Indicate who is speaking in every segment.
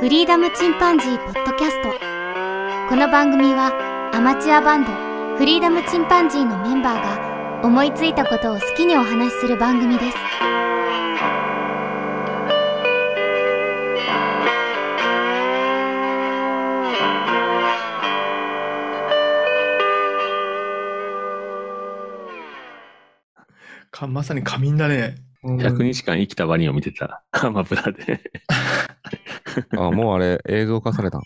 Speaker 1: フリーダムチンパンジーポッドキャストこの番組はアマチュアバンドフリーダムチンパンジーのメンバーが思いついたことを好きにお話しする番組です
Speaker 2: かまさに仮眠だね。うん
Speaker 3: 100日間生きたワニを見てた、 アマプラで。
Speaker 4: あ、もうあれ、映像化されたん。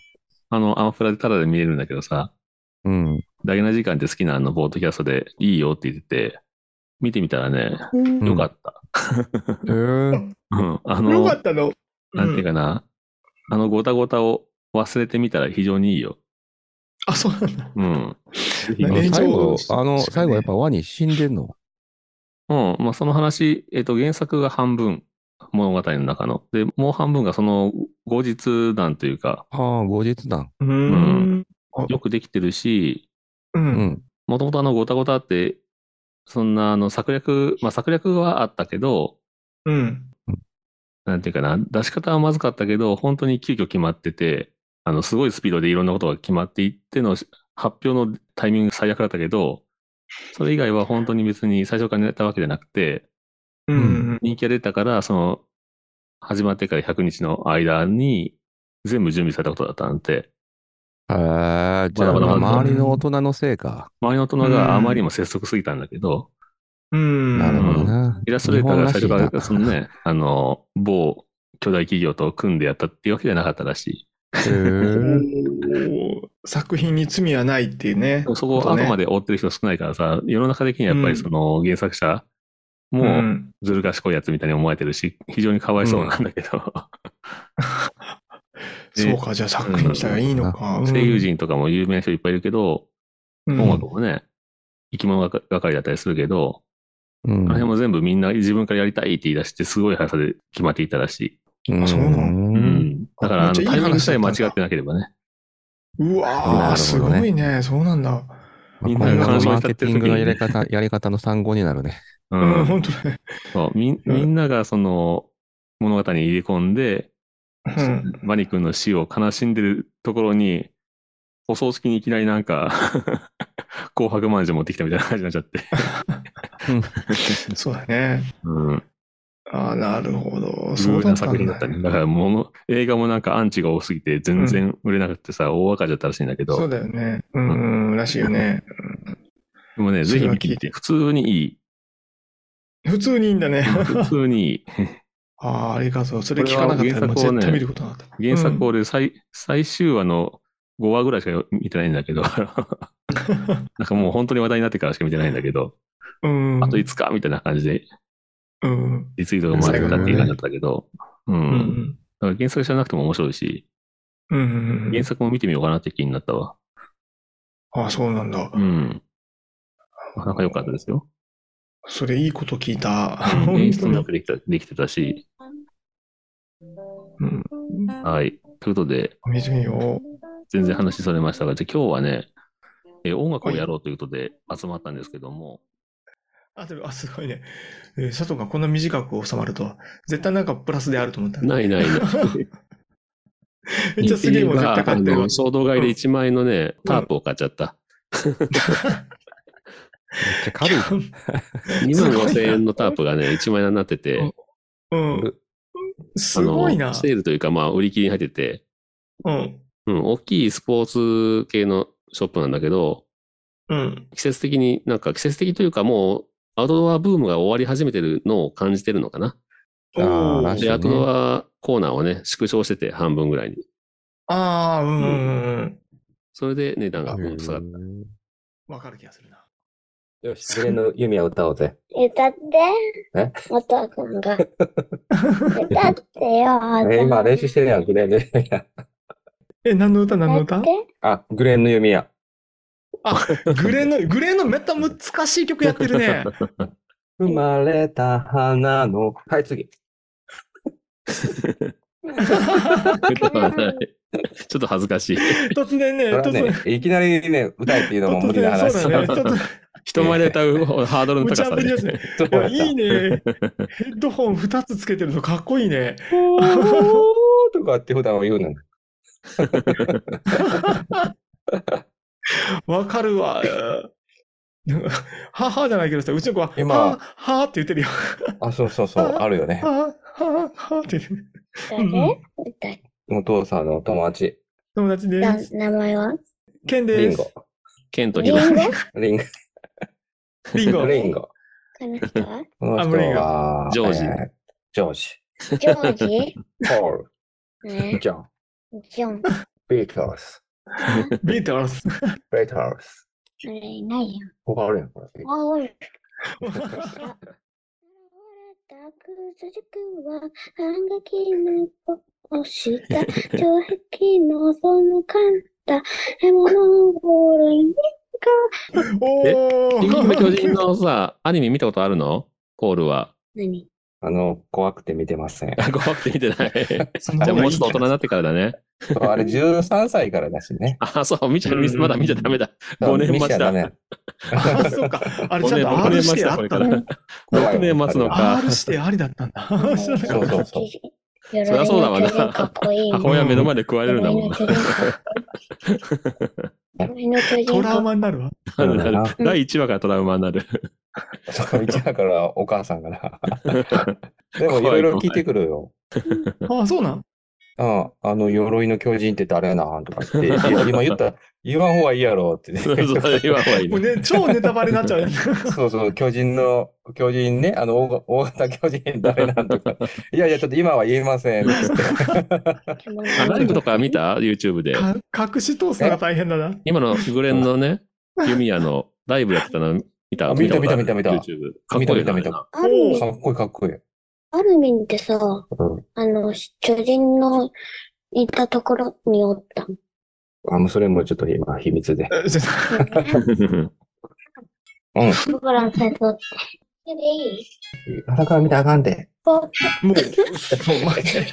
Speaker 3: あの、アマプラでタダで見れるんだけどさ、
Speaker 4: うん。
Speaker 3: ダゲな時間って好きなあの、ポートキャストでいいよって言ってて、見てみたらね、
Speaker 4: ん
Speaker 3: よかった。
Speaker 4: へー
Speaker 3: うん。あ
Speaker 2: よ
Speaker 3: の
Speaker 2: か、ったの。
Speaker 3: なんていう
Speaker 2: か。
Speaker 3: かな、あの、ごたごたを忘れてみたら非常にいいよ。
Speaker 2: あ、そうなんだ。
Speaker 3: うん。
Speaker 2: まあ
Speaker 4: あ
Speaker 2: 連
Speaker 4: 最後
Speaker 2: 城、
Speaker 4: あの、
Speaker 2: しかね
Speaker 4: 最後やっぱワニ死んでんの。
Speaker 3: うん。まあ、その話、えっ、と、原作が半分、物語の中の。で、もう半分がその後日談というか、
Speaker 4: ああ、後日談。
Speaker 2: うーん。
Speaker 3: よくできてるし、
Speaker 2: う。
Speaker 4: うんん。
Speaker 3: もともとあの、ごたごたって、そんなあの策略、まあ策略はあったけど、
Speaker 2: うん。
Speaker 3: なんていうかな、出し方はまずかったけど、本当に急遽決まってて、あの、すごいスピードでいろんなことが決まっていっての発表のタイミング最悪だったけど、それ以外は本当に別に最初から狙ったわけじゃなくて、
Speaker 2: うんん。
Speaker 3: 人気が出たから、その、始まってから100日の間に、全部準備されたことだったなんて、
Speaker 4: へえ、じゃあ、
Speaker 3: まだまだ
Speaker 4: 周りの大人のせいか。
Speaker 3: 周りの大人があまりにも拙速すぎたんだけど、
Speaker 2: うん。
Speaker 4: なるほどな。
Speaker 3: イラストレーターが最初
Speaker 4: 日
Speaker 3: か
Speaker 4: 本ら
Speaker 3: ら、
Speaker 4: し
Speaker 3: そのね、あの、某巨大企業と組んでやったっていうわけじゃなかったらしい。
Speaker 2: お
Speaker 4: いな。へえ。
Speaker 2: ー作品に罪はないっていうね
Speaker 3: でも。そこをあくまで追ってる人少ないからさ、世の中的にはやっぱりその原作者
Speaker 2: う
Speaker 3: も
Speaker 2: ん。
Speaker 3: ずる賢いやつみたいに思われてるし、非常にかわいそうなんだけど、
Speaker 2: そうか、じゃあ作品自体がいいのか。うん
Speaker 3: 声優陣とかも有名な人いっぱいいるけど、
Speaker 2: うん
Speaker 3: 音楽もね、生き物がかりだったりするけど、
Speaker 4: う
Speaker 3: あ
Speaker 4: ん
Speaker 3: の辺も全部みんな自分からやりたいって言い出して、すごい速さで決まっていったらしい。
Speaker 4: うん
Speaker 2: そうなの
Speaker 3: う
Speaker 4: うん
Speaker 3: ん。だから、あの
Speaker 2: めっちゃ
Speaker 3: タ
Speaker 2: いい話だったんだ
Speaker 3: イミングさえ間違ってなければね。
Speaker 2: うわ
Speaker 4: なるほど
Speaker 2: ー
Speaker 4: ね
Speaker 2: すごいね。そうなんだ。
Speaker 3: みん
Speaker 4: こ
Speaker 3: な
Speaker 4: れ
Speaker 3: が
Speaker 4: が
Speaker 3: 楽しみ
Speaker 4: マ
Speaker 3: に立
Speaker 4: ー
Speaker 3: っ
Speaker 4: ケ
Speaker 3: て
Speaker 4: テ
Speaker 3: る
Speaker 4: ィン
Speaker 3: 時
Speaker 4: グ
Speaker 3: に
Speaker 4: のやり方、 やり方の参考になるね。
Speaker 3: う
Speaker 2: うん、
Speaker 3: ん。
Speaker 2: 本当だね。
Speaker 3: そうみ
Speaker 2: うん
Speaker 3: みんながその物語に入れ込んで、
Speaker 2: うん。
Speaker 3: マニ君の死を悲しんでるところに、お葬式にいきなりなんか、 紅白マンジュ持ってきたみたいな感じになっち ゃって。
Speaker 2: そうだね。
Speaker 3: うん。
Speaker 2: あーなるほど。
Speaker 3: す
Speaker 2: そ
Speaker 3: ご
Speaker 2: う
Speaker 3: い
Speaker 2: だっ
Speaker 3: な
Speaker 2: た
Speaker 3: 作
Speaker 2: ん
Speaker 3: 品だっ
Speaker 2: だ
Speaker 3: たね。
Speaker 2: ね。
Speaker 3: だからもの、映画もなんかアンチが多すぎて全然売れなくてさ、大赤字だったらしいんだけど、
Speaker 2: そうだよね。うん、うん、らしいよね。
Speaker 3: でもね、
Speaker 2: そ
Speaker 3: ぜ
Speaker 2: れ
Speaker 3: ひ
Speaker 2: は
Speaker 3: 見てみて、普通にいい。
Speaker 2: 普通にいいんだね。
Speaker 3: 普通にいい。
Speaker 2: ああ、ありがとう。それ聞かなかったら、もう
Speaker 3: これは原作をね
Speaker 2: 絶対見ることなかった。
Speaker 3: 原作俺最、最終話の5話ぐらいしか見てないんだけ ど、なんかもう本当に話題になってからしか見てないんだけど、
Speaker 2: うん。うん
Speaker 3: あと5日みたいな感じで
Speaker 2: うん。
Speaker 3: リツイートが回ってたっていう感じだったけど、う。
Speaker 2: うん
Speaker 3: だ
Speaker 2: ん。
Speaker 3: から原作知らなくても面白いし、
Speaker 2: うん。
Speaker 3: 原作も見てみようかなって気になったわ。
Speaker 2: ああ、そうなんだ
Speaker 3: う。ん。なかなか良かったですよ。
Speaker 2: それいいこと聞いた。
Speaker 3: うん演出もよ
Speaker 2: 本
Speaker 3: くできたできてたし、
Speaker 2: 当に。
Speaker 3: はい。ということで、
Speaker 2: うん。見てみよ
Speaker 3: 全然話されましたが、じゃあ今日はね、えー音楽をやろうということで集まったんですけども、
Speaker 2: う。あ、でも、あ、すごいね。えー佐藤がこんな短く収まるとは、絶対なんかプラスであると思った。め
Speaker 3: な いないない。
Speaker 2: っちゃすげえもん絶対買って
Speaker 3: あ
Speaker 2: る
Speaker 3: の。衝動買いで1万円のね、タープを買っちゃった。
Speaker 4: めっちゃ軽い。
Speaker 3: 2万5千円のタープがね、1万円になってて、
Speaker 2: うん。す
Speaker 3: あ
Speaker 2: ごいな
Speaker 3: の、。セールというか、まあ、売り切りに入ってて、
Speaker 2: うん。
Speaker 3: うん、大きいスポーツ系のショップなんだけど、
Speaker 2: うん。
Speaker 3: 季節的に、なんか季節的というかもう、アウトドアブームが終わり始めてるのを感じてるのかな。
Speaker 4: あー
Speaker 2: おー
Speaker 4: らしい
Speaker 3: で、アウトドアコーナーをね、縮小してて半分ぐらいに。
Speaker 2: ああ、うんうんうんうん。
Speaker 3: それで値段が
Speaker 4: へ
Speaker 3: こう下がった。
Speaker 4: ー
Speaker 2: わかる気がするな。
Speaker 5: よし、失恋の弓は歌おうぜ。
Speaker 6: 歌って。
Speaker 5: え
Speaker 6: お父さんが。歌ってよ。
Speaker 5: え今練習してるやん、グレーンの弓矢。
Speaker 2: え、何の歌何の
Speaker 6: 歌
Speaker 2: 歌
Speaker 6: って。
Speaker 5: あ、グレーンの弓矢。
Speaker 2: グレーの、グレーのめった難しい曲やって るね。
Speaker 5: 生まれた花の。はい、次。
Speaker 3: ちょっと恥ずかしい。
Speaker 2: 突然ね、
Speaker 5: それは
Speaker 2: 突然
Speaker 5: ね。、いきなりね、歌えっていうのも無理な話。
Speaker 2: そうだね。ちょっ
Speaker 3: 人前で歌うハー ドルの
Speaker 2: と、ち
Speaker 3: 高
Speaker 2: ゃ
Speaker 3: さ
Speaker 2: ぶりです
Speaker 3: で。
Speaker 2: ね。
Speaker 5: そう
Speaker 2: い
Speaker 5: だ
Speaker 2: やいいね。ヘッドホン2つつけてるのかっこいいね。
Speaker 5: おーとかって普段は言うのに。
Speaker 2: わかるわ。なんか、ははじゃないけどさ、うちの子は、
Speaker 5: 今
Speaker 2: はははって言ってるよ。
Speaker 5: あ、そうそうそう、あるよね
Speaker 2: は。はははって言ってる。
Speaker 6: 誰誰
Speaker 5: お父さんの友達。
Speaker 2: 友達で
Speaker 6: だ
Speaker 2: す。
Speaker 6: 名前は
Speaker 2: ケン
Speaker 5: リ
Speaker 2: で
Speaker 5: ン
Speaker 2: す。
Speaker 5: ゴ。
Speaker 3: ケント
Speaker 6: リ
Speaker 3: ヒ
Speaker 6: ン
Speaker 3: ロ。
Speaker 5: リ
Speaker 2: リ
Speaker 5: ン
Speaker 2: ンゴ。
Speaker 5: ゴ。リンゴ。
Speaker 6: この人は
Speaker 5: この人
Speaker 2: あリンゴ
Speaker 5: は、
Speaker 3: ジョージ
Speaker 5: えージョージ。
Speaker 6: ジョージ
Speaker 5: ポー ル。
Speaker 6: ね
Speaker 5: ジョン。
Speaker 6: ジョン。
Speaker 5: ビートルズ。
Speaker 2: ビートルズ。
Speaker 5: ビートルズ。
Speaker 6: それいないやん。
Speaker 5: 他あるやん、これ。
Speaker 6: あ、お る。た
Speaker 2: は
Speaker 6: くずくは、反撃のをした、城壁のそのかんだ、獲物をボールに
Speaker 2: おー
Speaker 3: 進撃の巨人のさ、アニメ見たことあるのコールは。
Speaker 6: 何
Speaker 5: あの、怖くて見てません。
Speaker 3: あ怖くて見てない。じ
Speaker 2: そんな
Speaker 3: ゃあ
Speaker 2: もん
Speaker 3: も
Speaker 2: が
Speaker 3: う
Speaker 2: い
Speaker 3: ち
Speaker 2: い
Speaker 3: ょっと大人になってからだね。
Speaker 5: そうあれ13歳からだし ね。
Speaker 3: あ、そう、見ちゃ、見まだ見ちゃダメだ。5年待ちだ。
Speaker 5: ね。
Speaker 2: あ、そうか。あれちゃんと
Speaker 3: 5
Speaker 2: R
Speaker 3: 年待
Speaker 2: し
Speaker 3: ち
Speaker 2: て
Speaker 3: だ、
Speaker 2: あ
Speaker 3: これ
Speaker 2: っ
Speaker 3: か
Speaker 2: た
Speaker 3: ら。
Speaker 2: の。
Speaker 3: 6年待つのか。
Speaker 2: R してありだったんだ。知らなか
Speaker 5: そ
Speaker 2: っ
Speaker 5: う
Speaker 2: た
Speaker 5: そうそう。
Speaker 6: 鎧
Speaker 3: そりゃそうだわな
Speaker 6: の巨人かっこいいもん。
Speaker 3: 母親目の前で食われるんだもんな。
Speaker 6: 鎧の巨人かっこいい 鎧の巨人
Speaker 2: トラ
Speaker 6: か
Speaker 2: ウ
Speaker 6: っこ
Speaker 2: マになるわ。
Speaker 3: なるなる
Speaker 6: うん
Speaker 3: 第1話からトラウマになる。
Speaker 5: そう、一話からお母さ んがな。でも、いろいろ聞いてくるよ。
Speaker 2: あ、そうなん
Speaker 5: うん、あの、鎧の巨人って誰なんとかって。いや今言った、言わん方がいいやろって。
Speaker 3: そうそう、言わん方がいい
Speaker 2: もう
Speaker 3: ね。
Speaker 2: ね、超ネタバレになっちゃうやつ。
Speaker 5: そうそう、巨人の、巨人ね、あの、大が大型巨人誰なんと か。いやいや、ちょっと今は言えません。つって
Speaker 6: 獣
Speaker 3: あライブとか見た ?YouTube で。
Speaker 2: か隠し通すのが大変だな。
Speaker 3: 今のグレンのね、弓矢のライブやってたの見た
Speaker 5: あ見た
Speaker 3: ことある
Speaker 5: 見た見た見た
Speaker 3: YouTube。かっこいいな。
Speaker 5: 見た見た見た
Speaker 3: あれな
Speaker 6: アルミ
Speaker 5: かっこいいかっこいい。
Speaker 6: アルミンってさ、
Speaker 5: うん
Speaker 6: あの、巨人のいたところにおった の。
Speaker 5: あ、もうそれもちょっと今、秘密 で。
Speaker 2: えちょっと
Speaker 6: 僕らの戦争って。でいい
Speaker 5: 腹から見たらあかんで。
Speaker 6: ぼ
Speaker 2: もう、そう、マジで。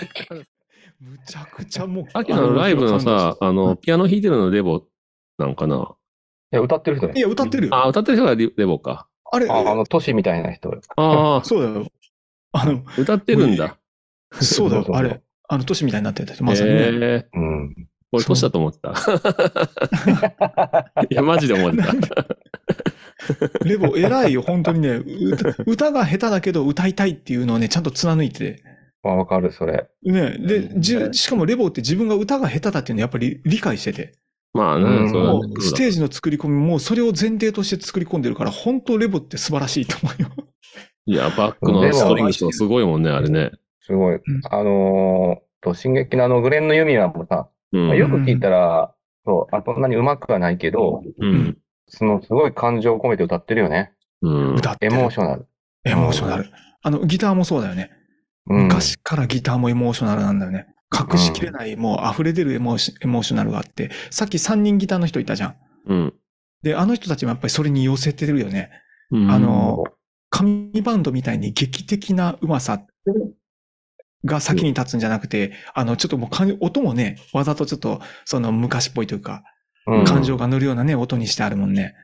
Speaker 2: むちゃくちゃもう。
Speaker 3: 秋のライブのさ、あの、ピアノ弾いてるのレボなんかな。
Speaker 5: いや、歌ってる人ね
Speaker 2: い。や、歌ってるよ。
Speaker 3: あ、歌ってる人がレレボか。
Speaker 2: あれ、
Speaker 5: ああの、都市みたいな人。
Speaker 3: あ
Speaker 2: そうだよ。あの、
Speaker 3: あ、歌ってるんだ。
Speaker 2: そうだ
Speaker 5: そうそう
Speaker 2: よ。
Speaker 5: そう
Speaker 2: あれ、あの、都市みたいになってた。
Speaker 3: へ
Speaker 2: まさにね。
Speaker 3: え。
Speaker 5: うん。
Speaker 3: 俺、年だと思 った。いや、マジで思った。
Speaker 2: レボ、偉いよ、本当にね。歌歌が下手だけど歌いたいっていうのをね、ちゃんと貫いて
Speaker 5: あわかる、それ。
Speaker 2: て。ね、で、じゅしかもレボって自分が歌が下手だっていうのやっぱり理解してて。
Speaker 3: まあ
Speaker 5: う
Speaker 3: ね、
Speaker 5: ん
Speaker 3: そうだ
Speaker 2: も
Speaker 3: ね
Speaker 2: うス
Speaker 3: そうだ。
Speaker 2: テージの作り込みもそれを前提として作り込んでるから、本当レボって素晴らしいと思うよ。
Speaker 3: いや、バックのストリングスもすごいもんね、あれね。
Speaker 5: すごい。あのー、と、進撃のあの、グレンの弓矢もさ、
Speaker 3: うん
Speaker 5: まあ、よく聞いたら、そう、あそんなに上手くはないけど、
Speaker 3: うん。
Speaker 5: その、すごい感情を込めて歌ってるよね。
Speaker 3: うん。
Speaker 2: 歌って
Speaker 5: エ
Speaker 2: る。
Speaker 5: モーショナル。
Speaker 2: エモーショナル。あの、ギターもそうだよね。
Speaker 5: うん。
Speaker 2: 昔からギターもエモーショナルなんだよね。隠しきれない、もう溢れ出るエモーシエモーショナルがあって、さっき3人ギターの人いたじゃん。
Speaker 3: うん。
Speaker 2: で、あの人たちもやっぱりそれに寄せてるよね。
Speaker 3: うん
Speaker 2: あの、紙バンドみたいに劇的なうまさが先に立つんじゃなくて、あの、ちょっともう感音もね、わざとちょっと、その昔っぽいというか、
Speaker 5: うん、
Speaker 2: 感情が乗るようなね、音にしてあるもんね。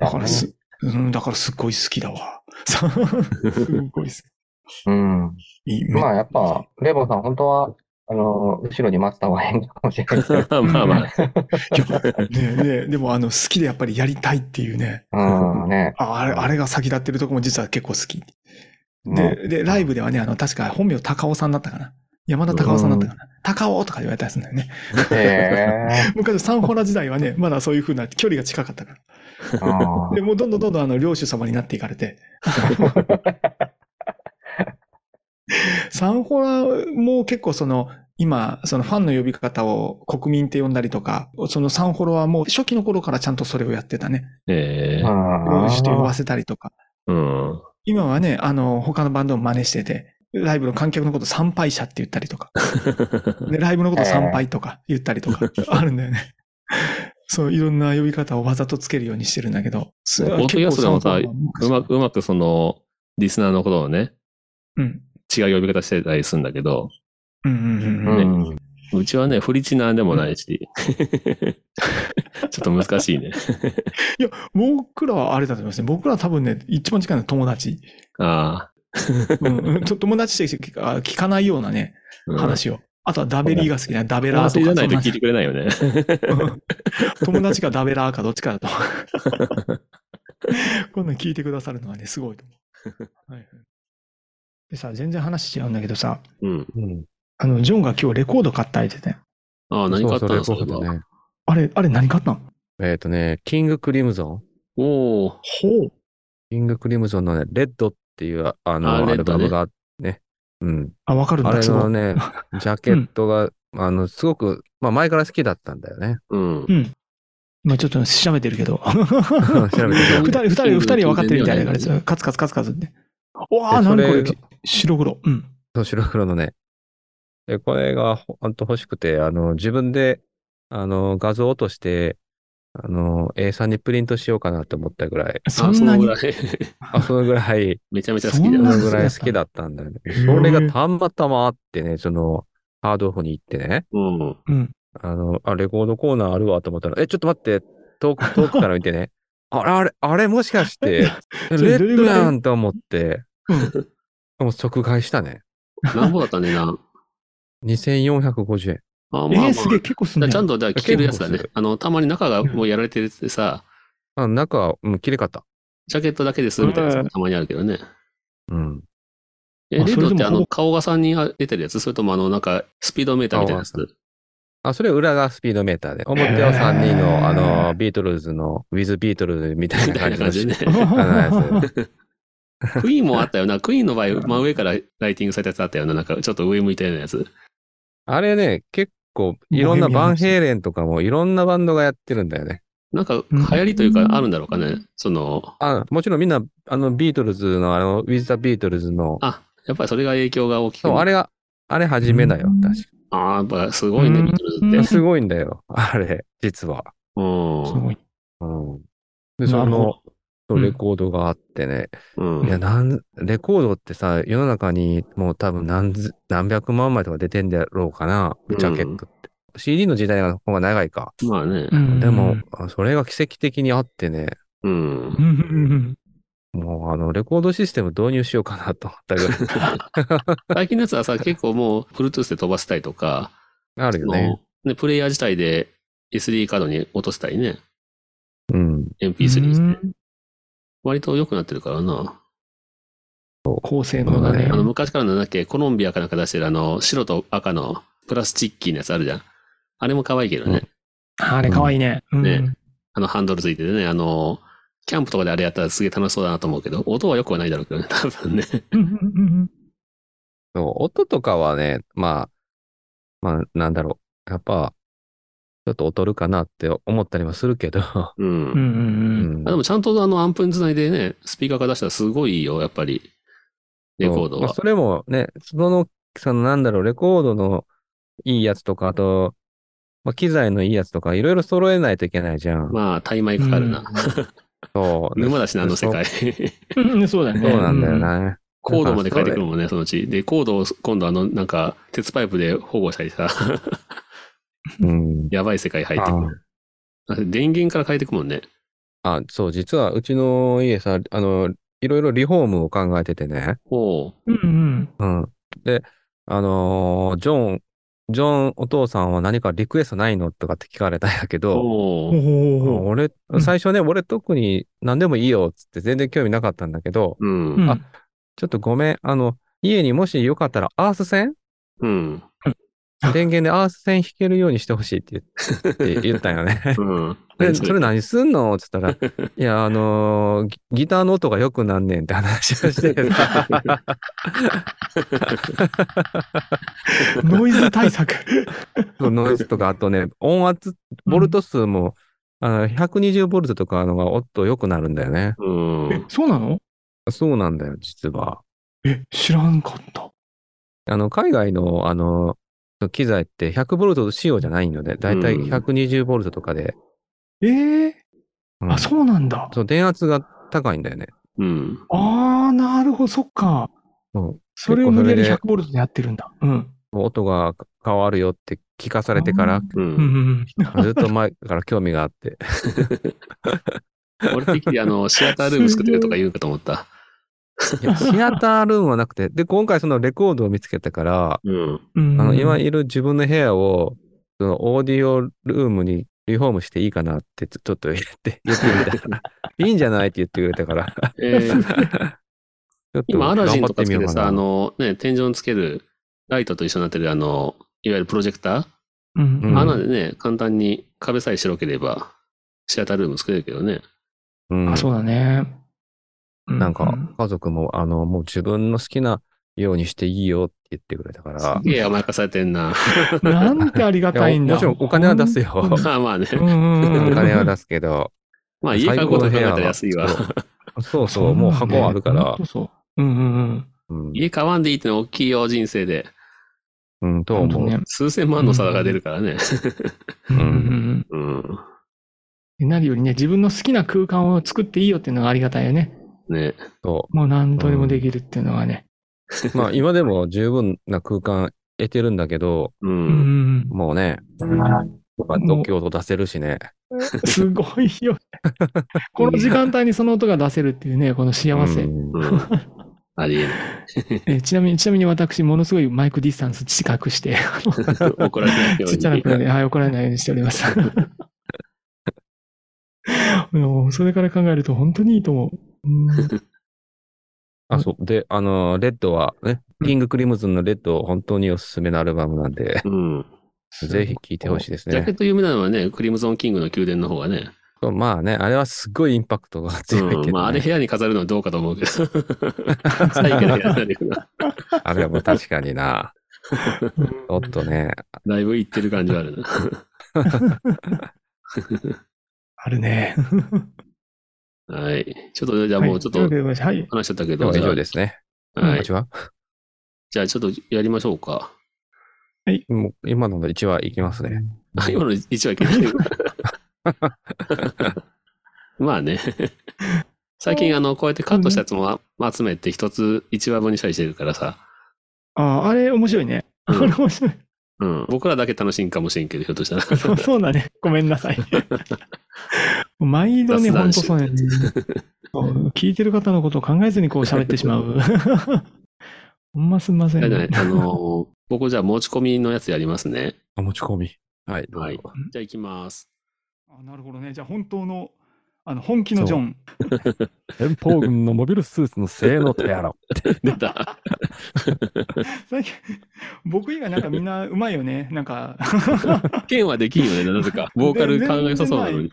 Speaker 2: だから
Speaker 5: う
Speaker 2: す、うん、だからすっごい好きだわ。そうすっごい好
Speaker 5: ん。
Speaker 2: き。いい
Speaker 5: まあ、やっぱ、レボさん、本当は、あのー、後ろに待ってた方がいいかもしれ ないですけ ど
Speaker 3: まあまあ、
Speaker 2: いやねえねえでもあの、好きでやっぱりやりたいっていうね。
Speaker 5: うん、ね。
Speaker 2: ああれ、あれが先立ってるとこも実は結構好き。
Speaker 5: ね
Speaker 2: で、で、ライブではね、あの、確か本名高尾さんだったかな。山田高尾さんだったかな。高尾とか言われたりするんだよね。
Speaker 5: へ
Speaker 2: 昔のサンホラ時代はね、まだそういう風な距離が近かったか
Speaker 5: ーあ
Speaker 2: ら。で、もうどんどんどんどんあの、領主様になっていかれ て。サンホラも結構その、今、そのファンの呼び方を国民って呼んだりとか、そのサンホラはもう初期の頃からちゃんとそれをやってたね。
Speaker 3: ええ
Speaker 5: ー。うん
Speaker 2: 領主と呼ばせたりとか。
Speaker 3: うん。
Speaker 2: 今はね、あの、他のバンドを真似してて、ライブの観客のこと参拝者って言ったりとか、でライブのこと参拝とか言ったりと か、あるんだよね。そう、いろんな呼び方をわざとつけるようにしてるんだけど、す
Speaker 3: ポッドキャストでもさ
Speaker 2: 結構
Speaker 3: う
Speaker 2: 参
Speaker 3: ま
Speaker 2: 拝
Speaker 3: く、うまくその、リスナーのことをね、
Speaker 2: うん。
Speaker 3: 違う呼び方してたりするんだけど、
Speaker 2: うんうんうん
Speaker 5: う
Speaker 2: うん。
Speaker 5: ん。
Speaker 3: うちはね、フリチナーでもないし、 ちょっと難しいね。
Speaker 2: 僕らはあれだと思いますね。僕らは多分ね、一番近いのは友達。
Speaker 3: ああ
Speaker 2: うんうん、ちょ友達として聞か聞かないようなね、
Speaker 3: うん。
Speaker 2: 話を。あとはダベリーが好きなダベラー
Speaker 3: そ
Speaker 2: と
Speaker 3: れじ
Speaker 2: か
Speaker 3: ゃないと
Speaker 2: そんな
Speaker 3: 聞いてくれないよね。
Speaker 2: 友達がダベラーかどっちかだと思う。こんなん聞いてくださるのはね、すごいと思う。はいはいでさ、全然話違うんだけどさ、
Speaker 3: うん。
Speaker 4: うん。
Speaker 2: あの、ジョンが今日レコード買った言ってて。
Speaker 3: ああ、何買った
Speaker 4: そう
Speaker 3: の
Speaker 4: そ
Speaker 3: そうれ
Speaker 4: レコード
Speaker 3: は。
Speaker 4: ね。
Speaker 2: あれ、あれ何買ったの
Speaker 4: えっとね、キングクリムゾン。
Speaker 3: おお。
Speaker 2: ほう。
Speaker 4: キングクリムゾンのね、レッドっていうあの
Speaker 3: あ
Speaker 4: ア
Speaker 3: レッドね
Speaker 4: ルバムがね、うん。
Speaker 2: あ、わかるん
Speaker 4: あ
Speaker 2: だ、
Speaker 4: れ
Speaker 2: すごい
Speaker 4: の。 ね、ジャケットが、あの、すごく、まあ前から好きだったんだよ ね。
Speaker 3: うん
Speaker 2: う。ん。今ちょっと調べてるけど。
Speaker 4: 調べて
Speaker 2: 二
Speaker 4: み
Speaker 2: 人、
Speaker 4: た。
Speaker 2: 二人、二人は分かってるみたいだからですよ、カツカツカツカツって。わあ、
Speaker 4: で
Speaker 2: 何
Speaker 4: そ
Speaker 2: こ
Speaker 4: れ
Speaker 2: れ、白黒。うん。
Speaker 4: そう白黒のね。で、これがほほんと欲しくて、あの、自分で、あの、画像落として、あの、A3 にプリントしようかなと思ったぐらい。
Speaker 2: そんなに
Speaker 3: あ。そのぐらい
Speaker 4: あ、そのぐら い、
Speaker 3: めちゃめちゃ好き
Speaker 2: そ
Speaker 3: だ
Speaker 4: そ
Speaker 2: ん
Speaker 3: な
Speaker 2: な
Speaker 4: のぐらい好きだったんだよね。
Speaker 2: へえ
Speaker 4: それがたまたまあってね、その、ハードオフに行ってね。
Speaker 3: うん。
Speaker 2: うん。
Speaker 4: あの、あ、レコードコーナーあるわと思ったら、え、ちょっと待って、遠く、遠くから見てね。あれ、あれ、あれ、もしかして、レ
Speaker 2: それ
Speaker 4: ッドやんと思って、
Speaker 2: うん
Speaker 4: もう即買いしたね。
Speaker 3: なんぼだったねな。
Speaker 4: 2450円。
Speaker 3: あーまあ、
Speaker 2: え
Speaker 3: まあ、
Speaker 2: ー、すげえ、結構すん
Speaker 3: だから
Speaker 2: ね
Speaker 3: ちゃんとだから聞けるやつだね
Speaker 4: 結構する。
Speaker 3: あの、たまに中がもうやられてるってさ、
Speaker 4: あ中は、うん、綺麗かった。
Speaker 3: ジャケットだけですみたいなやつがたまにあるけどね。
Speaker 4: うん。
Speaker 3: え、レ
Speaker 2: あ
Speaker 3: ッド
Speaker 2: そ
Speaker 3: ってあ
Speaker 2: れでもほ
Speaker 3: の、
Speaker 2: ぼ
Speaker 3: 顔が3人出てるやつそれともあの、なんか、スピードメーターみたいなやつ
Speaker 4: 顔あ、それ裏がスピードメーターで、表は3人
Speaker 2: へー
Speaker 4: の、あの、ビートルズの、ウィズビートルズみたい
Speaker 3: み
Speaker 4: な
Speaker 3: たい
Speaker 4: 感
Speaker 3: な
Speaker 4: じの
Speaker 3: 感 じでね。
Speaker 4: あのやつ。
Speaker 3: クイーンもあったよな。クイーンの場合、真上からライティングされたやつあったよな。なんか、ちょっと上向いたようなやつ。
Speaker 4: あれね、結構、いろんな
Speaker 2: ボヘミアン
Speaker 4: バ
Speaker 2: の
Speaker 4: ンヘイレンとかも、いろんなバンドがやってるんだよね。
Speaker 3: なんか、
Speaker 2: う
Speaker 3: 流
Speaker 2: ん
Speaker 3: 行りというか、あるんだろうかね。その、
Speaker 4: あ、もちろんみんな、あの、ビートルズの、あの、ウィズ・ザ・ビートルズの、
Speaker 3: あ、やっぱりそれが影響が大きく
Speaker 4: そう、あ
Speaker 3: れ
Speaker 4: れが、あれ始めだよ
Speaker 2: うん、
Speaker 4: 確
Speaker 3: あーやっぱすごいね、
Speaker 2: うん
Speaker 3: ビートルズって
Speaker 4: か。。すごいんだよ、 あれ、実は。
Speaker 2: すごい。
Speaker 4: うん。で、
Speaker 2: な
Speaker 4: そ
Speaker 2: るほ
Speaker 4: の
Speaker 2: ど、
Speaker 4: そ
Speaker 2: う
Speaker 4: う
Speaker 2: ん
Speaker 4: レコードがあってね。
Speaker 3: うん。
Speaker 4: いや、なん、レコードってさ、世の中にもう多分何ず、何百万枚とか出てんだろうかな、
Speaker 3: うん
Speaker 4: ジャケットって。CD の時代の方が長いか。
Speaker 3: まあね。
Speaker 2: うん
Speaker 4: でも、あそれが奇跡的にあってね、
Speaker 3: うん
Speaker 2: うん。うんうんうん
Speaker 4: もうあの、レコードシステム導入しようかなと思ったぐらい
Speaker 3: 最近のやつはさ、結構もう、Bluetooth で飛ばしたりとか、
Speaker 4: あるよね。
Speaker 3: そのねプレイヤー自体で SD カードに落としたりね、
Speaker 4: うん。
Speaker 3: MP3
Speaker 2: う
Speaker 3: して。
Speaker 2: ん
Speaker 3: 割と良くなってるからな。
Speaker 2: 高性
Speaker 4: そ
Speaker 2: 能
Speaker 4: う
Speaker 2: だ
Speaker 4: だ
Speaker 2: ね
Speaker 4: ね
Speaker 3: あ。の昔からのなんだっけ、コロンビアかなんか出してるあの、白と赤のプラスチッキーのやつあるじゃん。あれも可愛いけどね。
Speaker 2: あれ、かわいいね。うん
Speaker 3: ねあのハンドルついててね、あの、キャンプとかであれやったらすげえ楽しそうだなと思うけど、音は良くはないだろうけどね、多分ね。
Speaker 2: うんうんうん
Speaker 4: そう、音とかはね、まあ、まあ、なんだろう。やっぱ、ちょっと劣るかなって思ったりもするけど、
Speaker 3: う。
Speaker 2: うんうん
Speaker 4: うん
Speaker 2: うんうん。
Speaker 4: ん
Speaker 3: あでもちゃんとあのアンプにつないでね、スピーカーから出したらすごいいいよ、やっぱり。レコード
Speaker 4: そうま
Speaker 3: は
Speaker 4: あ、。それもね、その、そのなんだろう、レコードのいいやつとか、あと、まあ、機材のいいやつとか、いろいろ揃えないといけないじゃん。
Speaker 3: まあ、タイマイかかるな。
Speaker 4: そう。
Speaker 3: 沼だしな、あの世界。
Speaker 2: うんうんそうだよ
Speaker 4: そ
Speaker 2: ね。
Speaker 4: うなんだよね。
Speaker 3: コードまで変えてくるもんね、そのうち。で、コードを今度あの、なんか、鉄パイプで保護したりさ、
Speaker 4: うん。
Speaker 3: やばい世界入ってくる。あ電源から変えてくもんね。
Speaker 4: あ、そう、実はうちの家さ、あの、いろいろリフォームを考えててね。
Speaker 3: おう。
Speaker 2: うんうん。
Speaker 4: うん。で、あのージョン、ジョンお父さんは何かリクエストないのとかって聞かれたんやけど、
Speaker 2: ほ
Speaker 3: お
Speaker 2: うほう
Speaker 3: う。
Speaker 4: あ
Speaker 2: ほうほ
Speaker 4: 俺、
Speaker 2: うん
Speaker 4: 最初ね、俺特に何でもいいよっつって全然興味なかったんだけど、
Speaker 3: う
Speaker 2: う。うん
Speaker 3: ん。
Speaker 4: あちょっとごめん、あの、家にもしよかったらアース線
Speaker 3: うん。
Speaker 4: 電源でアース線弾けるようにしてほしいって言って言ったん よね。
Speaker 3: うん。
Speaker 4: で、それ何すんのっつったら、いや、あのーギギターの音が良くなんねんって話を して
Speaker 2: うノイズ対策。
Speaker 4: そうノイズとか、あとね、音圧、ボルト数も、あの、120ボルトとかのが音良くなるんだよね。
Speaker 3: うん。
Speaker 2: そうなの
Speaker 4: そうなんだよ、実は。
Speaker 2: え、知らんかった。
Speaker 4: あの、海外の、あの、機材って100ボルト仕様じゃないので、だいたい120ボルトとかで、
Speaker 2: ええ
Speaker 4: うん
Speaker 2: あ、そうなんだ。
Speaker 4: そう、電圧が高いんだよね。
Speaker 3: うん。
Speaker 2: あー、なるほど、そっか。
Speaker 4: うん
Speaker 2: それを無理やり
Speaker 4: 結構
Speaker 2: 100ボルトでやってるんだ。うん。
Speaker 4: 音が変わるよって聞かされてから、
Speaker 3: う。
Speaker 2: うんん。
Speaker 4: ずっと前から興味があって。
Speaker 3: 俺的にあの、シアタールーム作ってるとか言うかと思った。
Speaker 4: いやシアタールームはなくて、で、今回そのレコードを見つけたから、
Speaker 3: うん。
Speaker 2: うん
Speaker 4: あの、今いる自分の部屋を、そのオーディオルームにリフォームしていいかなってちょちょ っと言って、言ってみたら、いいんじゃないって言ってくれたから、
Speaker 3: えー
Speaker 4: ちょっと
Speaker 3: 今、ア
Speaker 4: 頑
Speaker 3: ラジン
Speaker 4: 張
Speaker 3: と
Speaker 4: って
Speaker 3: かつけ
Speaker 4: みよう
Speaker 3: て
Speaker 4: か
Speaker 3: さ、
Speaker 4: な。
Speaker 3: あの、ね、天井につける、ライトと一緒になってる、あの、いわゆるプロジェクター、
Speaker 2: うん
Speaker 4: うん
Speaker 3: あんなんでね、簡単に壁さえ白ければ、シアタールーム作れるけどね。
Speaker 4: うん
Speaker 2: あ、そうだね。う
Speaker 4: なんか
Speaker 2: う、
Speaker 4: 家族も、あの、もう自分の好きなようにしていいよって言ってくれたから、
Speaker 3: いや、甘やかされてんな。
Speaker 2: なんてありがたいんだ。
Speaker 4: いやももちろんお金は出すよ
Speaker 2: うん
Speaker 3: ま あまあね。
Speaker 2: うんうんうん
Speaker 4: お金は出すけど、
Speaker 3: まあ、家買うこと考えたら安いわ。
Speaker 4: 最高の部そう
Speaker 2: ん
Speaker 4: そう、
Speaker 2: な
Speaker 4: もう
Speaker 2: ね
Speaker 4: 箱あるから
Speaker 2: ほんと、そう。うんうんうん。
Speaker 4: うん
Speaker 3: 家買わんでいいってのは大きいよ、人生で。
Speaker 4: うん、と思
Speaker 2: ほん
Speaker 4: う
Speaker 2: と。ね
Speaker 3: 数千万の差が出るからね。
Speaker 2: うんうんうん。
Speaker 3: うん。
Speaker 2: なるよりね、自分の好きな空間を作っていいよっていうのがありがたいよね。
Speaker 3: ね。
Speaker 4: そ
Speaker 2: もう何度でもできるっていうのはね。
Speaker 4: う。まあ、今でも十分な空間得てるんだけど、
Speaker 3: う
Speaker 2: うんうん
Speaker 3: ん。
Speaker 2: うん。
Speaker 4: もうね、まあ、度胸と出せるしね。
Speaker 2: すごいよね。この時間帯にその音が出せるっていうね、この幸せ。
Speaker 4: うん
Speaker 3: うん。ありえない。
Speaker 2: えちなみに、ちなみに私、ものすごいマイクディスタンス近くして、あの
Speaker 3: 怒られないように。
Speaker 2: ちっちゃな声で、はい、怒られないようにしております。もうそれから考えると本当にいいと思う。う ん
Speaker 4: あ、そう。で、あの、レッドはね、キングクリムズンのレッド、本当におすすめのアルバムなんで、
Speaker 3: うん。
Speaker 4: ぜひ聴いてほしいです
Speaker 3: ジャケ
Speaker 4: ね
Speaker 3: ッ。ト有名なのはね、クリムゾンキングの宮殿の方がね。
Speaker 4: そうまあね、あれはすごいインパクトが強いけど、
Speaker 3: う
Speaker 4: ね
Speaker 3: ん。まあ、あれ部屋に飾るのはどうかと思うけど。最下の部屋になるよな
Speaker 4: あれはもう確かにな。ちょっとね、
Speaker 3: だいぶ行ってる感じはあるな。
Speaker 2: あるね。
Speaker 3: はい。ちょっと、じゃあもうちょっと
Speaker 2: はいというわけではい。
Speaker 3: 話しちゃったけ
Speaker 4: 今
Speaker 3: ど。
Speaker 4: 日は以上
Speaker 3: じゃ
Speaker 4: ですね。
Speaker 3: あ
Speaker 4: こん
Speaker 3: は
Speaker 4: に
Speaker 3: い
Speaker 4: ち。は。
Speaker 3: じゃあちょっとやりましょうか。
Speaker 4: もう今の1話いきますね。
Speaker 3: あ今の一話聞 いてる。まあね。最近、あの、こうやってカットしたやつも集めて一つ一話分にしたりしてるからさ。
Speaker 2: ああ、あれ面白いね。あ
Speaker 3: うん
Speaker 2: れ面白い。
Speaker 3: うん。僕らだけ楽しいんかもしれんけど、ひょっとしたら。
Speaker 2: そうそうだね。ごめんな さい。毎度ね、
Speaker 3: 雑
Speaker 2: ほん
Speaker 3: 談
Speaker 2: と
Speaker 3: 集
Speaker 2: そうやね。そう聞いてる方のことを考えずにこう喋ってしまう。ほんますんません。
Speaker 3: あれだねあの、僕じゃあ持ち込みのやつやりますね。
Speaker 4: あ、持ち込み。はい。どうぞ
Speaker 3: はいじゃあ行き ます。
Speaker 2: あなるほどね。じゃあ本当の、あの、本気のジョン。
Speaker 4: 連邦軍のモビルスーツの性能とやろ。
Speaker 3: 出た。
Speaker 2: 最近、僕以外なんかみんなうまいよね。なんか、
Speaker 3: 剣はできんよね、なぜ か。ボーカル考えさそうなのに。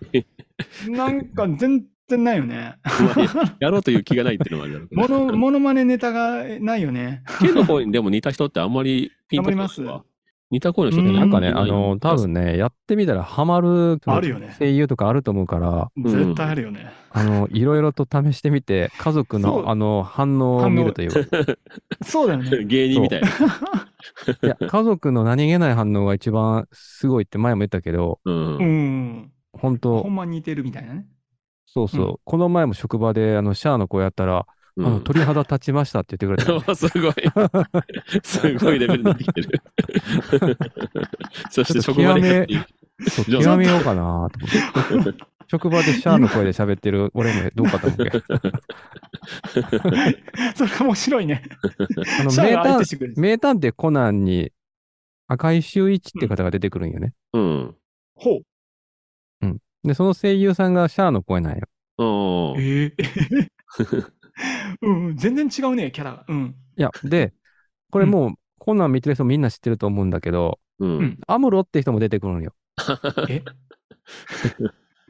Speaker 2: なんか全然ないよね。
Speaker 3: やろうという気がないっていうのもあるだろうけど
Speaker 2: も の、ものまねネタがないよね。
Speaker 3: 剣の方にでも似た人ってあんまりピンとこないわ
Speaker 2: 頑張りま
Speaker 3: 似た声の人って
Speaker 4: なんかね、
Speaker 2: うん
Speaker 4: あの、多分ね、やってみたらハマる
Speaker 2: あるよね
Speaker 4: 声優とかあると思うから、
Speaker 2: 絶対あるよね。
Speaker 4: あの、いろいろと試してみて、家族
Speaker 2: そう
Speaker 4: のあの反応を見るというか、
Speaker 2: そうだよね。
Speaker 3: 芸人みたいな。
Speaker 4: いや、家族の何気ない反応が一番すごいって前も言ったけど、
Speaker 2: う
Speaker 3: う。
Speaker 2: んん。
Speaker 4: 本
Speaker 2: ほ
Speaker 4: 当
Speaker 2: んま似てるみたいなね。
Speaker 4: そうそう、
Speaker 2: う
Speaker 4: この前も職場で、あの、シャアの子やったら、
Speaker 3: うん
Speaker 4: あの、鳥肌立ちましたって言ってくれ
Speaker 3: すごい。すごいレベルになってきて る。そして職場で。
Speaker 4: た。そう
Speaker 3: じゃあ
Speaker 4: 極めようかなと思って。 職場でシャアの声で喋ってる俺もどうかと思うけど、
Speaker 2: それ面白いね。
Speaker 4: あの、
Speaker 2: シャア
Speaker 4: 名
Speaker 2: が相
Speaker 4: 探
Speaker 2: 手してくれる。
Speaker 4: 名探偵コナンに赤井秀一って方が出てくるんよね。
Speaker 3: うん。
Speaker 2: ほ
Speaker 4: で、その声優さんがシャアの声なんよ。
Speaker 3: うん
Speaker 2: う。ええ うん、全然違うね、キャラが。うん。
Speaker 4: いや、で、これもう、コナン見てる人みんな知ってると思うんだけど、
Speaker 3: うん。
Speaker 4: アムロって人も出てくるんよ。
Speaker 2: え、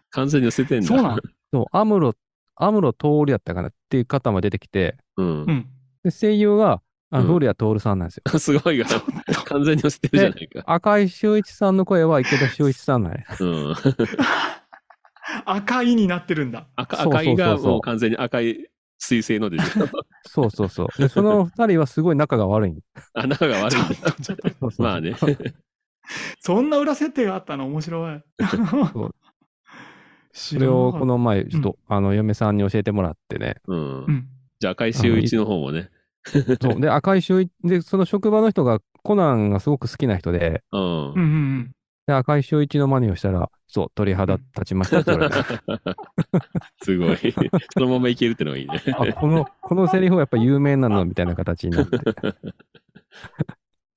Speaker 3: 完全に寄せてんだ。
Speaker 2: そうなの
Speaker 4: そう、アムロ、アムロ通りやったかなっていう方も出てきて、
Speaker 3: うん
Speaker 2: う。ん。
Speaker 4: で、声優が、あ
Speaker 3: うん
Speaker 4: の、古谷徹さんなんですよ。
Speaker 3: すごいが、完全に寄せてるじゃないか。
Speaker 4: 赤井秀一さんの声は池田秀一さんなんや。
Speaker 3: うん。
Speaker 2: 赤いになってるんだ。
Speaker 3: 赤
Speaker 4: そうそうそうそう
Speaker 3: 赤いがもう完全に赤い彗星の出て る。
Speaker 4: そうそうそう。で、その二人はすごい仲が悪いんよ。
Speaker 3: あ仲が悪いんだ。
Speaker 2: ちょっと
Speaker 4: そうそう
Speaker 3: まあね。
Speaker 2: そんな裏設定があったの面白い。
Speaker 4: う
Speaker 2: 知
Speaker 4: そ
Speaker 2: ら
Speaker 4: れ
Speaker 2: なかっ
Speaker 4: を
Speaker 2: た
Speaker 4: この前、ちょっと、あの、嫁さんに教えてもらっ てね。
Speaker 3: うん
Speaker 2: う。ん。
Speaker 3: じゃあ赤い周一の方もね。
Speaker 4: そう。で、赤井秀一、で、その職場の人が、コナンがすごく好きな人で、
Speaker 3: うん
Speaker 2: うん。うん
Speaker 4: で、赤井秀一の真似をしたら、そう、鳥肌立ちましたって言われ て。
Speaker 3: すごい。そのままいけるってのがいいね。
Speaker 4: あ、この、 このセリフはやっぱ有名なのみたいな形になって。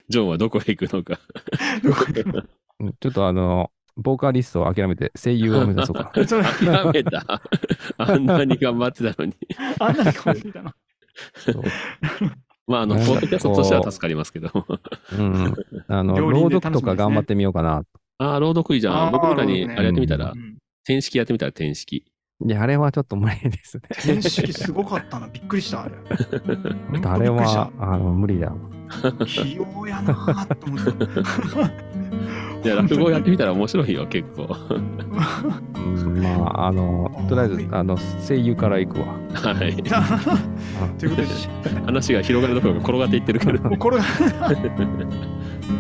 Speaker 3: ジョンはどこへ行くのか。
Speaker 4: うんちょっとあの、ボーカリストを諦めて声優を目指そう かな。
Speaker 2: それ、
Speaker 3: 諦めた。あんなに頑張ってたのに。
Speaker 2: あんなに変わっていたの。
Speaker 4: そう
Speaker 3: まあ、あの、ポ
Speaker 4: な
Speaker 3: ッ
Speaker 4: んか
Speaker 3: ドキャストとしては助かりますけど。
Speaker 4: うん。あの、
Speaker 2: 両輪
Speaker 4: 朗
Speaker 2: で楽しみですね
Speaker 4: 読とか頑張ってみようかな。
Speaker 3: ああ、朗読いいじ
Speaker 2: あ
Speaker 3: ゃ
Speaker 2: ー
Speaker 3: ん。僕みたい
Speaker 2: 朗
Speaker 3: に
Speaker 2: 読ね
Speaker 3: あれやってみたら、
Speaker 2: うん
Speaker 3: 天式やってみたら天式。
Speaker 4: いや、あれはちょっと無理 ですね。
Speaker 2: 天式すごかったな。びっくりした、あれ。本当
Speaker 4: あ
Speaker 2: び
Speaker 4: れ
Speaker 2: っくりし
Speaker 4: は
Speaker 2: た、
Speaker 4: あの、無理だ。
Speaker 2: 器用やなと思 っ
Speaker 3: い
Speaker 2: て。
Speaker 3: や、落語やってみたら面白いよ、結構。
Speaker 4: うんまあ、あの、とりあえず、あの、声優から行くわ。
Speaker 3: はい。
Speaker 2: ということ で、
Speaker 3: 話が広がるどころか転がっていってるから。
Speaker 2: これが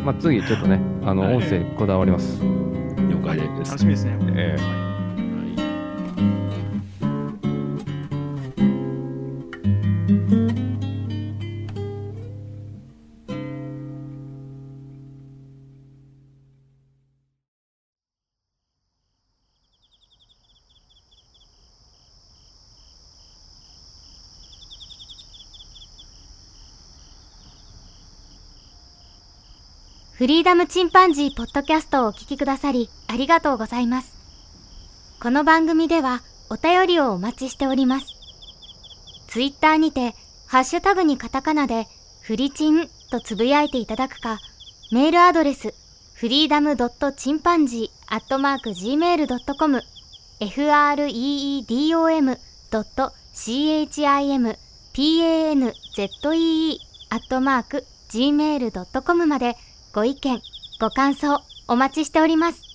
Speaker 4: まあ、次、ちょっとね、あの、
Speaker 3: はい
Speaker 4: 音声こだわります。
Speaker 3: 了解です。
Speaker 2: 楽しみですね。
Speaker 4: え
Speaker 3: はい
Speaker 1: フリーダムチンパンジーポッドキャストをお聞きくださりありがとうございます。この番組ではお便りをお待ちしております。ツイッターにて、ハッシュタグにカタカナで、フリチンとつぶやいていただくか、メールアドレス、フリーダムドットチンパンジーアットマーク Gmail.com、freedom ドット chimpanzee アットマーク Gmail.com まで、ご意見、ご感想、お待ちしております。